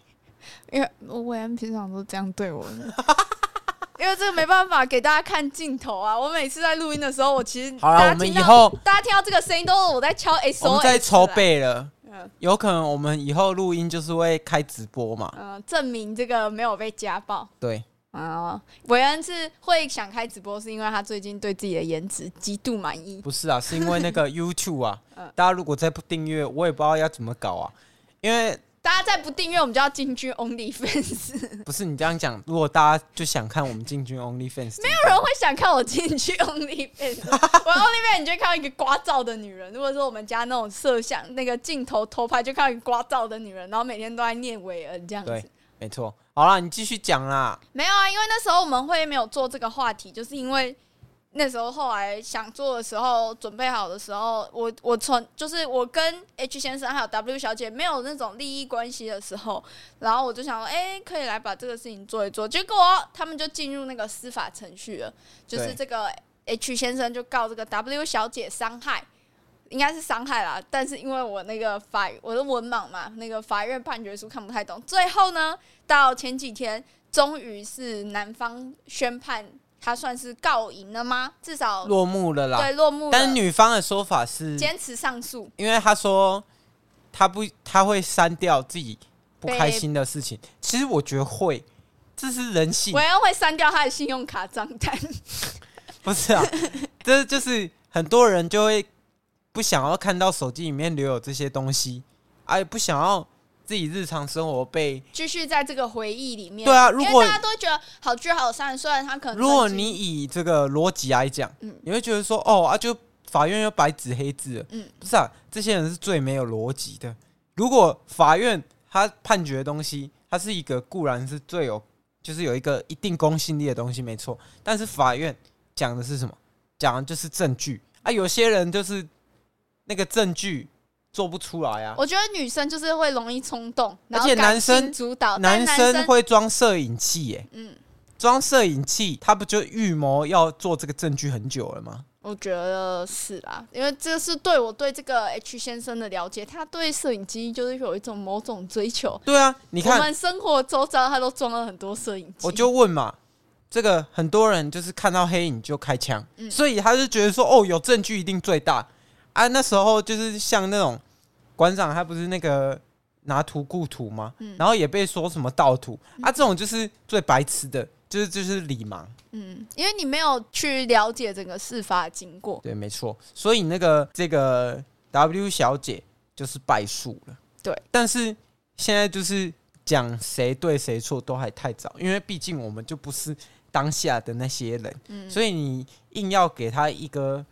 [SPEAKER 3] 因为我 M 平常都这样对我的。 因为这个没办法给大家看镜头啊。我每次在录音的时候，我其实
[SPEAKER 1] 好啦
[SPEAKER 3] 大家
[SPEAKER 1] 我们
[SPEAKER 3] 听到
[SPEAKER 1] 以后
[SPEAKER 3] 大家听到这个声音都是我在敲 S 啊 O，
[SPEAKER 1] 我们在筹，备了
[SPEAKER 3] 嗯，
[SPEAKER 1] 有可能我们以后录音就是会开直播嘛？
[SPEAKER 3] 嗯、证明这个没有被家暴。
[SPEAKER 1] 对，
[SPEAKER 3] 啊，韦恩是会想开直播，是因为他最近对自己的颜值极度满意。
[SPEAKER 1] 不是啊，是因为那个 YouTube 啊，大家如果再不订阅，我也不知道要怎么搞啊，因为
[SPEAKER 3] 大家再不订阅，我们就要进军 OnlyFans。
[SPEAKER 1] 不是你这样讲，如果大家就想看我们进军 OnlyFans，没
[SPEAKER 3] 没有人会想看我进去 OnlyFans，我 OnlyFans 你就会看到一个刮照的女人。如果说我们家那种摄像那个镜头偷拍，就看到一个刮照的女人，然后每天都在念韦恩这样子
[SPEAKER 1] 对。，没错。好啦，你继续讲啦。
[SPEAKER 3] 没有啊，因为那时候我们会没有做这个话题，就是因为那时候后来想做的时候，准备好的时候，我我从就是我跟 H 先生还有 W 小姐没有那种利益关系的时候，然后我就想说，哎、可以来把这个事情做一做。结果他们就进入那个司法程序了，就是
[SPEAKER 1] 对
[SPEAKER 3] 这个 H 先生就告这个 W 小姐伤害。应该是伤害啦，但是因为我那个法我的文盲嘛，那个法院判决书看不太懂。最后呢，到前几天，终于是男方宣判，他算是告赢了吗？至少
[SPEAKER 1] 落幕了啦
[SPEAKER 3] 哦对。落幕了。
[SPEAKER 1] 但是女方的说法是，
[SPEAKER 3] 坚持上诉，
[SPEAKER 1] 因为她说她不，她会删掉自己不开心的事情。其实我觉得会，这是人性
[SPEAKER 3] 我，要会删掉他的信用卡账单。
[SPEAKER 1] 不是啊？这就是很多人就会不想要看到手机里面留有这些东西，哎，不想要自己日常生活被。
[SPEAKER 3] 继续在这个回忆里面。
[SPEAKER 1] 对啊
[SPEAKER 3] 因为
[SPEAKER 1] 如果
[SPEAKER 3] 大家都觉得好聚好散，虽然他可能
[SPEAKER 1] 如果
[SPEAKER 3] 曾
[SPEAKER 1] 你
[SPEAKER 3] 经
[SPEAKER 1] 以这个逻辑来讲，
[SPEAKER 3] 呃嗯
[SPEAKER 1] 你会觉得说，哦啊，就法院又白纸黑字了，
[SPEAKER 3] 嗯
[SPEAKER 1] 不是啊，这些人是最没有逻辑的。如果法院他判决的东西，它是一个固然是最有，就是有一个一定公信力的东西，没错，但是法院讲的是什么？讲的就是证据啊。有些人就是那个证据做不出来啊，
[SPEAKER 3] 我觉得女生就是会容易冲动，然
[SPEAKER 1] 而
[SPEAKER 3] 后
[SPEAKER 1] 且
[SPEAKER 3] 感
[SPEAKER 1] 男生
[SPEAKER 3] 性主导，但
[SPEAKER 1] 男
[SPEAKER 3] 男
[SPEAKER 1] 生会装摄影器耶、
[SPEAKER 3] 嗯，
[SPEAKER 1] 装摄影器，他不就预谋要做这个证据很久了吗？
[SPEAKER 3] 我觉得是啦，因为这是对我对这个 H 先生的了解，他对摄影机就是有一种某种追求。
[SPEAKER 1] 对啊，你
[SPEAKER 3] 我
[SPEAKER 1] 看，
[SPEAKER 3] 们生活周遭他都装了很多摄影机，
[SPEAKER 1] 我就问嘛，这个很多人就是看到黑影就开枪，
[SPEAKER 3] 嗯
[SPEAKER 1] 所以他就觉得说，哦，有证据一定最大啊。那时候就是像那种馆长，他不是那个拿图雇图吗？
[SPEAKER 3] 嗯
[SPEAKER 1] 然后也被说什么盗图、啊，这种就是最白痴的，就是就是理盲，
[SPEAKER 3] 嗯，因为你没有去了解整个事发的经过，
[SPEAKER 1] 对，没错。所以那个这个 W 小姐就是败诉了，
[SPEAKER 3] 对。
[SPEAKER 1] 但是现在就是讲谁对谁错都还太早，因为毕竟我们就不是当下的那些人，
[SPEAKER 3] 嗯，
[SPEAKER 1] 所以你硬要给他一个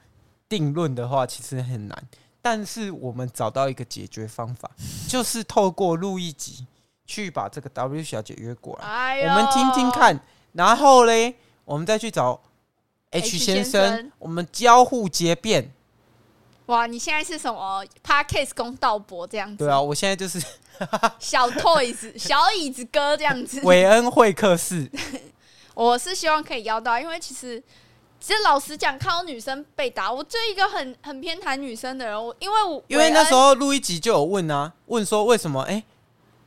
[SPEAKER 1] 定论的话，其实很难。但是我们找到一个解决方法，就是透过录一集去把这个 W 小姐约过来，
[SPEAKER 3] 哎
[SPEAKER 1] 我们听听。看，然后嘞，我们再去找
[SPEAKER 3] H
[SPEAKER 1] H
[SPEAKER 3] 先
[SPEAKER 1] 先
[SPEAKER 3] 生
[SPEAKER 1] 生，我们交互结辩。
[SPEAKER 3] 哇，你现在是什么 podcast 公道博这样子？
[SPEAKER 1] 对啊，，我现在就是
[SPEAKER 3] 小 toys 小椅子哥这样子。
[SPEAKER 1] 韦恩会 客室，
[SPEAKER 3] 我是希望可以邀到，因为其实其实老实讲，看到女生被打，我就一个很很偏袒女生的人，我因为我
[SPEAKER 1] 因为
[SPEAKER 3] 韦
[SPEAKER 1] 那
[SPEAKER 3] 恩
[SPEAKER 1] 时候录一集就有问啊，问说为什么哎、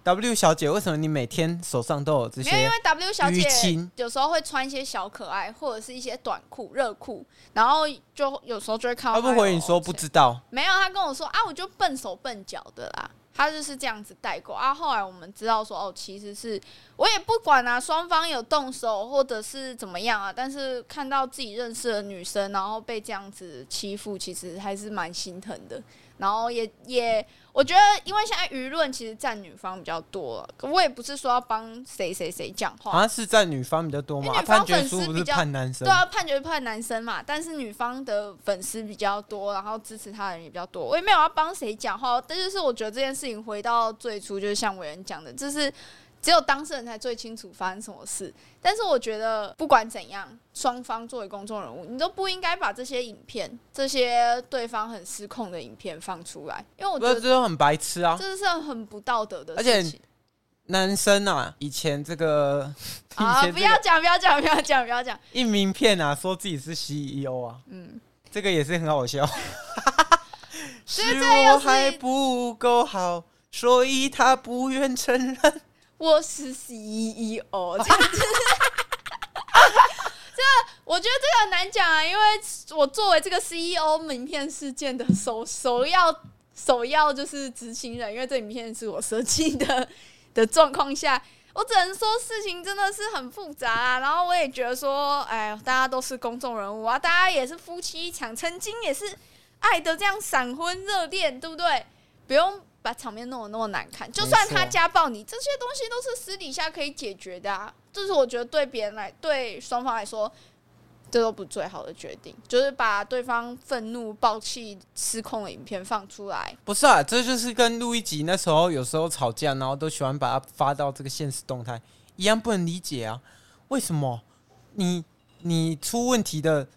[SPEAKER 1] W 小姐，为什么你每天手上都有这
[SPEAKER 3] 没有，因
[SPEAKER 1] 些
[SPEAKER 3] 为？W 小姐
[SPEAKER 1] 淤青
[SPEAKER 3] 有时候会穿一些小可爱，或者是一些短裤、热裤，然后就有时候就会看到
[SPEAKER 1] 他
[SPEAKER 3] 她
[SPEAKER 1] 不回
[SPEAKER 3] 有
[SPEAKER 1] 你说不知道，
[SPEAKER 3] 没有，他跟我说啊，我就笨手笨脚的啦。他就是这样子带过啊。后来我们知道说，哦，其实是我也不管啊，双方有动手或者是怎么样啊。但是看到自己认识的女生，然后被这样子欺负，其实还是蛮心疼的。然后也也，我觉得因为现在舆论其实占女方比较多，我也不是说要帮谁谁谁讲话，
[SPEAKER 1] 好像是在女方比较多
[SPEAKER 3] 因
[SPEAKER 1] 嘛，
[SPEAKER 3] 为
[SPEAKER 1] 啊
[SPEAKER 3] 女方
[SPEAKER 1] 判决书
[SPEAKER 3] 粉丝
[SPEAKER 1] 不
[SPEAKER 3] 比
[SPEAKER 1] 是
[SPEAKER 3] 较
[SPEAKER 1] 判男生
[SPEAKER 3] 对，啊，判决判男生嘛，但是女方的粉丝比较多，然后支持他的人也比较多。我也没有要帮谁讲话，但就是我觉得这件事情回到最初，就是像伟人讲的，就是只有当事人才最清楚发生什么事。但是我觉得不管怎样，双方作为公众人物，你都不应该把这些影片、这些对方很失控的影片放出来，因为我
[SPEAKER 1] 不
[SPEAKER 3] 觉
[SPEAKER 1] 是这
[SPEAKER 3] 得
[SPEAKER 1] 都很白痴啊。
[SPEAKER 3] 这是很不道德的
[SPEAKER 1] 而且
[SPEAKER 3] 事情。
[SPEAKER 1] 男生啊，以前这个 以
[SPEAKER 3] 啊，
[SPEAKER 1] 前
[SPEAKER 3] 不
[SPEAKER 1] 这
[SPEAKER 3] 要
[SPEAKER 1] 个
[SPEAKER 3] 讲，不要讲，不要讲，不要讲。
[SPEAKER 1] 印名片啊，说自己是 CEO 啊，
[SPEAKER 3] 嗯，
[SPEAKER 1] 这个也是很好笑。是
[SPEAKER 3] 以 这又
[SPEAKER 1] 我
[SPEAKER 3] 是
[SPEAKER 1] 还不够好，所以他不愿承认。
[SPEAKER 3] E 我是 CEO，这样子。我觉得这个很难讲啊，因为我作为这个 CEO 名片事件的首首要首要就是执行人，因为这名片是我设计的的状况下，我只能说事情真的是很复杂啊。然后我也觉得说，哎，大家都是公众人物啊，大家也是夫妻一场，曾经也是爱的这样闪婚热恋，对不对？不用把场面弄得那么难看，就算他家暴你，这些东西都是私底下可以解决的啊。这是我觉得对别人来，对双方来说，这都不最好的决定，就是把对方愤怒、暴气、失控的影片放出来。
[SPEAKER 1] 不是啊，这就是跟录一集那时候有时候吵架，然后都喜欢把它发到这个现实动态一样，不能理解啊，为什么你你出问题的，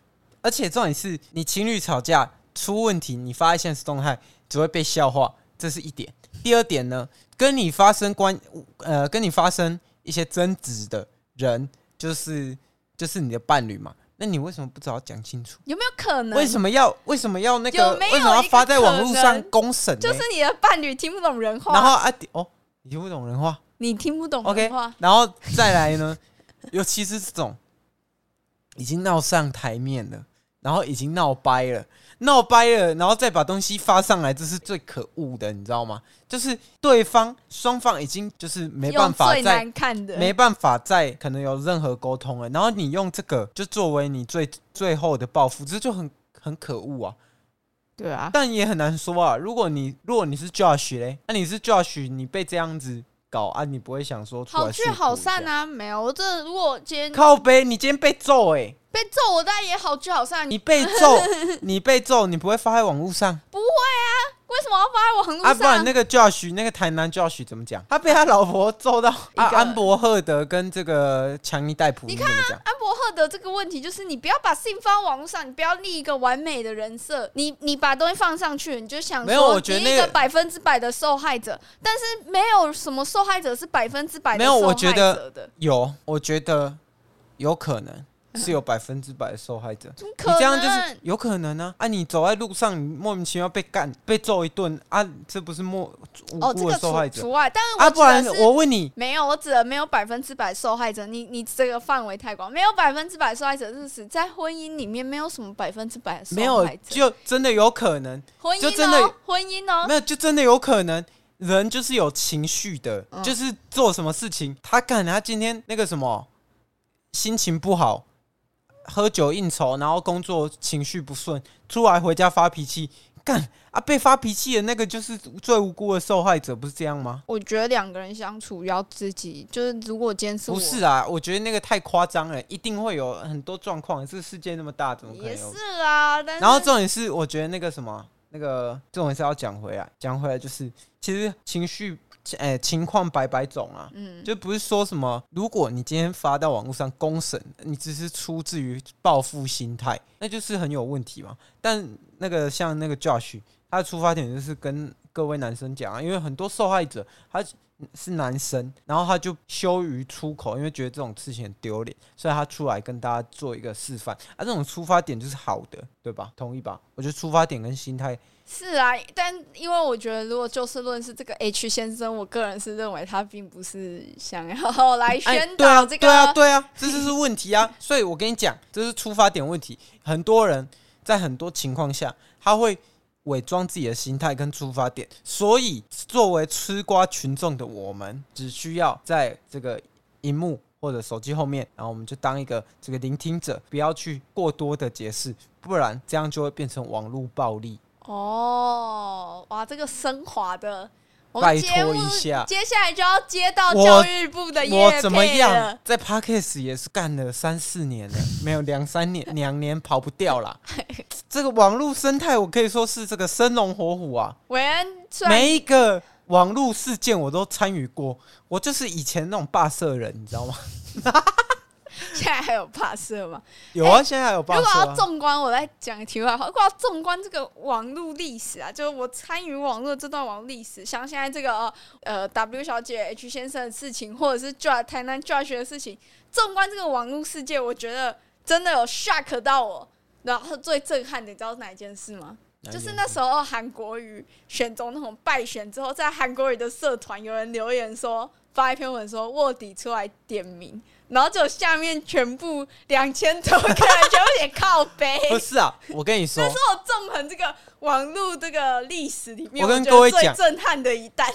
[SPEAKER 1] 而且重点是你情侣吵架出问题，你发在现实动态只会被笑话，这是一点。第二点呢，跟你发生关呃跟你发生一些争执的人，就是就是你的伴侣嘛，那你为什么不早讲清楚？
[SPEAKER 3] 有没有可能？
[SPEAKER 1] 为什么要为什么要那个
[SPEAKER 3] 有没有
[SPEAKER 1] 为什么要发在网络
[SPEAKER 3] 一
[SPEAKER 1] 上
[SPEAKER 3] 个可能
[SPEAKER 1] 公审呢？
[SPEAKER 3] 就是你的伴侣听不懂人话，
[SPEAKER 1] 然后啊点哦，你听不懂人话
[SPEAKER 3] 你听不懂
[SPEAKER 1] ，OK，
[SPEAKER 3] 人话，
[SPEAKER 1] 然后再来呢， 尤其是这种已经闹上台面了，然后已经闹掰了，闹掰了，然后再把东西发上来，这是最可恶的，你知道吗？就是对方双方已经就是没办法
[SPEAKER 3] 用最
[SPEAKER 1] 再
[SPEAKER 3] 难看的，
[SPEAKER 1] 没办法再可能有任何沟通了，然后你用这个就作为你最最后的报复，这就很很可恶啊。
[SPEAKER 3] 对啊，
[SPEAKER 1] 但也很难说啊。如果你如果你是 Josh 嘞，那、你是 Josh，你被这样子搞啊，你不会想说出来
[SPEAKER 3] 好聚好散
[SPEAKER 1] 啊？
[SPEAKER 3] 啊，没有。我这如果今天
[SPEAKER 1] 靠背，你今天被揍哎、
[SPEAKER 3] 被揍，我当然也好聚好散。
[SPEAKER 1] 你被揍，你被揍，你不会发在网络上
[SPEAKER 3] 不会啊？为什么要发在我很路
[SPEAKER 1] 啊？不
[SPEAKER 3] 上？
[SPEAKER 1] 然那个 Josh，那个台南 Josh 怎么讲？他被他老婆揍到啊，
[SPEAKER 3] 个
[SPEAKER 1] 安博赫德跟这个强尼戴普，你怎么讲？
[SPEAKER 3] 安博赫德这个问题就是，你不要把事情放到网络上，你不要立一个完美的人设，你你把东西放上去，你就想
[SPEAKER 1] 没有我
[SPEAKER 3] 说
[SPEAKER 1] 觉得
[SPEAKER 3] 你
[SPEAKER 1] 那
[SPEAKER 3] 一
[SPEAKER 1] 个
[SPEAKER 3] 个百分之百的受害者，但是没有什么受害者是百分之百的
[SPEAKER 1] 没有，
[SPEAKER 3] 受
[SPEAKER 1] 我
[SPEAKER 3] 害
[SPEAKER 1] 觉
[SPEAKER 3] 者
[SPEAKER 1] 得
[SPEAKER 3] 的，
[SPEAKER 1] 有，我觉得有可能是有百分之百的受害者。
[SPEAKER 3] 怎嗯么可
[SPEAKER 1] 你
[SPEAKER 3] 能？
[SPEAKER 1] 这样就是有可能啊！啊，你走在路上，你莫名其妙被干、被揍一顿啊，这不是莫无
[SPEAKER 3] 哦，这
[SPEAKER 1] 辜
[SPEAKER 3] 个
[SPEAKER 1] 的受害
[SPEAKER 3] 除
[SPEAKER 1] 者、
[SPEAKER 3] 除外，但是
[SPEAKER 1] 啊？
[SPEAKER 3] 我指
[SPEAKER 1] 不然
[SPEAKER 3] 的是、
[SPEAKER 1] 我问你，
[SPEAKER 3] 没有，我指的没有百分之百受害者，你你这个范围太广，没有百分之百受害者，是指在婚姻里面没有什么百分之百的受
[SPEAKER 1] 没有
[SPEAKER 3] 害者，
[SPEAKER 1] 就真的有可能，
[SPEAKER 3] 婚姻
[SPEAKER 1] 就
[SPEAKER 3] 哦，
[SPEAKER 1] 真的
[SPEAKER 3] 婚姻哦，
[SPEAKER 1] 没有就真的有可能，人就是有情绪的，
[SPEAKER 3] 嗯
[SPEAKER 1] 就是做什么事情，他干他今天那个什么心情不好，喝酒应酬，然后工作情绪不顺，出来回家发脾气，干啊被发脾气的那个就是最无辜的受害者，不是这样吗？
[SPEAKER 3] 我觉得两个人相处要自己，就是如果今天是我，
[SPEAKER 1] 不是啊，我觉得那个太夸张了，一定会有很多状况。这个世界那么大，怎么可能
[SPEAKER 3] 也
[SPEAKER 1] 有
[SPEAKER 3] 是？啊，但是
[SPEAKER 1] 然后重点是，我觉得那个什么，那个重点是要讲回来，讲回来就是，其实情绪，哎、情况百百种啊，
[SPEAKER 3] 嗯，
[SPEAKER 1] 就不是说什么，如果你今天发到网络上公审，你只是出自于报复心态，那就是很有问题嘛。但那个像那个 Josh，他的出发点就是跟各位男生讲啊，因为很多受害者他是男生，然后他就羞于出口，因为觉得这种事情很丢脸，所以他出来跟大家做一个示范啊。这种出发点就是好的，对吧？同意吧？我觉得出发点跟心态
[SPEAKER 3] 是啊，但因为我觉得如果就事论事，这个 H 先生，我个人是认为他并不是想要来宣导这个，
[SPEAKER 1] 哎对啊，对啊，对啊，这就是问题啊！所以我跟你讲，这是出发点问题。很多人在很多情况下，他会伪装自己的心态跟出发点，所以作为吃瓜群众的我们，只需要在这个荧幕或者手机后面，然后我们就当一个这个聆听者，不要去过多的解释，不然这样就会变成网络暴力。
[SPEAKER 3] 哦，哇，这个升华的，我
[SPEAKER 1] 拜
[SPEAKER 3] 们
[SPEAKER 1] 托
[SPEAKER 3] 节目
[SPEAKER 1] 一下
[SPEAKER 3] 接下来就要接到
[SPEAKER 1] 我
[SPEAKER 3] 教育部的业
[SPEAKER 1] 我怎么
[SPEAKER 3] 配
[SPEAKER 1] 样
[SPEAKER 3] 了，，
[SPEAKER 1] 在 Parkes 也是干了三四年了，没有两三年，两年跑不掉啦。这个网络生态，我可以说是这个生龙活虎啊，
[SPEAKER 3] 韦恩虽然
[SPEAKER 1] 每一个网络事件我都参与过，我就是以前那种霸社人，你知道吗？
[SPEAKER 3] 现在还有怕社 嘛，
[SPEAKER 1] 有啊，现在还有霸
[SPEAKER 3] 哎如果
[SPEAKER 1] 社、
[SPEAKER 3] 要
[SPEAKER 1] 啊。
[SPEAKER 3] 纵观，我在讲个题外话。如果要纵观这个网络历史啊，就是我参与网络这段网络历史，像现在这个呃 W 小姐、H 先生的事情，或者是 j 台南 j 学的事情，纵观这个网络世界，我觉得真的有 shock 到我。然后最震撼的，你知道是哪一件事吗？就是那时候韩国瑜选总统败选之后，在韩国瑜的社团有人留言说，发一篇文说卧底出来点名，然后就下面全部两千多个人全部也靠背。
[SPEAKER 1] 不是啊， 我跟你说
[SPEAKER 3] 那，是我纵横这个网络这个历史里面，
[SPEAKER 1] 我跟
[SPEAKER 3] 觉
[SPEAKER 1] 各
[SPEAKER 3] 得
[SPEAKER 1] 位
[SPEAKER 3] 最
[SPEAKER 1] 讲
[SPEAKER 3] 震撼的一弹。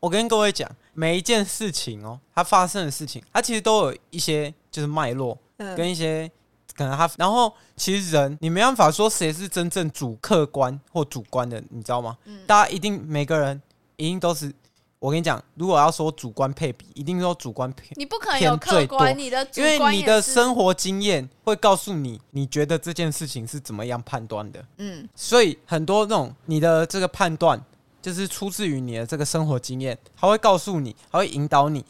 [SPEAKER 1] 我跟各位讲，每一件事情哦，它发生的事情，它其实都有一些就是脉络，
[SPEAKER 3] 嗯，
[SPEAKER 1] 跟一些可能他，然后其实人你没办法说谁是真正主客观或主观的，你知道吗？
[SPEAKER 3] 嗯
[SPEAKER 1] 大家一定每个人一定都是，我跟你讲，如果要说主观配比，一定说主观配，
[SPEAKER 3] 你不可能有客
[SPEAKER 1] 偏最多
[SPEAKER 3] 观，你的主
[SPEAKER 1] 因为
[SPEAKER 3] 观
[SPEAKER 1] 你
[SPEAKER 3] 也
[SPEAKER 1] 的
[SPEAKER 3] 是
[SPEAKER 1] 生活经验会告诉你，你觉得这件事情是怎么样判断的。
[SPEAKER 3] 嗯
[SPEAKER 1] 所以很多那种你的这个判断，就是出自于你的这个生活经验，它会告诉你，它会引导你，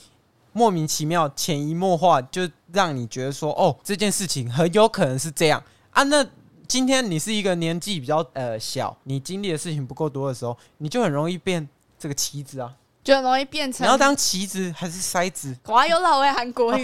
[SPEAKER 1] 莫名其妙、潜移默化，就让你觉得说，哦，这件事情很有可能是这样啊。那今天你是一个年纪比较呃小，你经历的事情不够多的时候，你就很容易变这个棋子啊。
[SPEAKER 3] 就很容易变成
[SPEAKER 1] 你要当棋子还是筛子？
[SPEAKER 3] 哇，有老为韩国语，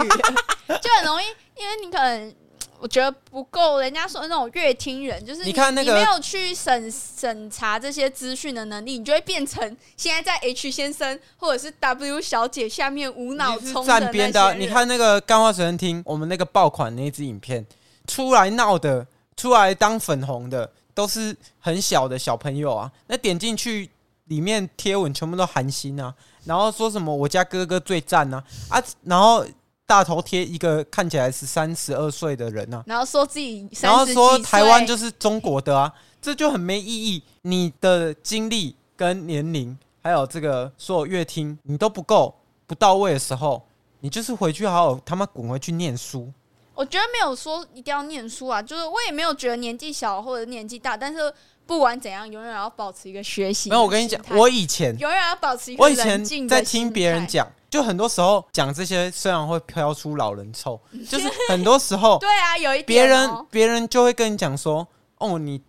[SPEAKER 3] 就很容易，因为你可能我觉得不够，人家说的那种乐听人，就是
[SPEAKER 1] 你看那个
[SPEAKER 3] 没有去审审查这些资讯的能力，你就会变成现在在 H 先生或者是 W 小姐下面无脑
[SPEAKER 1] 你是
[SPEAKER 3] 冲
[SPEAKER 1] 站边的啊、
[SPEAKER 3] 那些人
[SPEAKER 1] 你看那个干花随身听，我们那个爆款那一支影片，出来闹的，出来当粉红的，都是很小的小朋友啊。那点进去里面贴文全部都寒心啊，然后说什么我家哥哥最赞啊啊，然后大头贴一个看起来是三十二岁的人啊，
[SPEAKER 3] 然后说自己30
[SPEAKER 1] 然后说
[SPEAKER 3] 几岁
[SPEAKER 1] 台湾就是中国的啊，这就很没意义。你的经历跟年龄，还有这个所有乐听，你都不够不到位的时候，你就是回去好好他妈滚回去念书。
[SPEAKER 3] 我觉得没有说一定要念书啊，就是我也没有觉得年纪小或者年纪大，但是不管怎样，永远要保持一个学习的心态。
[SPEAKER 1] 没有，我跟你讲，我以前
[SPEAKER 3] 永远要保持一个
[SPEAKER 1] 我以
[SPEAKER 3] 冷
[SPEAKER 1] 前
[SPEAKER 3] 静
[SPEAKER 1] 在
[SPEAKER 3] 的
[SPEAKER 1] 听
[SPEAKER 3] 心
[SPEAKER 1] 别人
[SPEAKER 3] 态
[SPEAKER 1] 讲，就很多时候讲这些，虽然会飘出老 人臭，就是很多时候
[SPEAKER 3] 对啊，有一
[SPEAKER 1] 别
[SPEAKER 3] 点
[SPEAKER 1] 人
[SPEAKER 3] 哦、
[SPEAKER 1] 别人就会跟你讲说，哦，你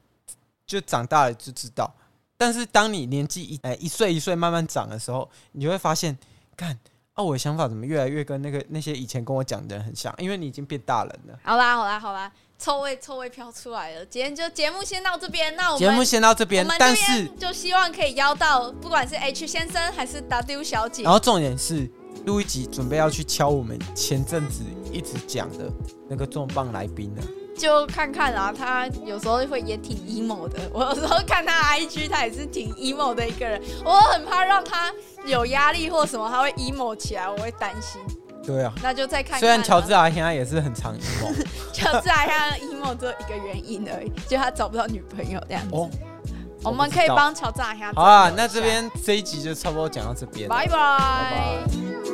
[SPEAKER 1] 就长大了就知道。但是当你年纪一哎一岁一岁慢慢长的时候，你就会发现，看啊，我的想法怎么越来越跟那个那些以前跟我讲的人很像，因为你已经变大人了。
[SPEAKER 3] 好啦，好啦，好啦，臭味臭味飘出来了。今天就节目先到这边，那我们
[SPEAKER 1] 节目先到这
[SPEAKER 3] 我
[SPEAKER 1] 边
[SPEAKER 3] 们，这
[SPEAKER 1] 但是
[SPEAKER 3] 边就希望可以邀到不管是 H 先生还是 W 小姐
[SPEAKER 1] 然，后重点是录一集准备要去敲我们前阵子一直讲的那个重磅来宾啊了。
[SPEAKER 3] 就看看啦。她有时候会也挺 emo 的，我有时候看她 IG，她也是挺 emo 的一个人。我很怕让她有压力或什么，她会 emo 起来，我会担心。
[SPEAKER 1] 对啊，
[SPEAKER 3] 那就再看看啦。
[SPEAKER 1] 虽然乔治啊亚现在也是很常 emo
[SPEAKER 3] 就是啊，他 emo 只有一个原因而已，就他找不到女朋友这样子。
[SPEAKER 1] 哦，
[SPEAKER 3] 我们可以帮乔治亚一下。哦
[SPEAKER 1] 好啊，那这边这一集就差不多讲到这边了。
[SPEAKER 3] 拜拜。
[SPEAKER 1] 拜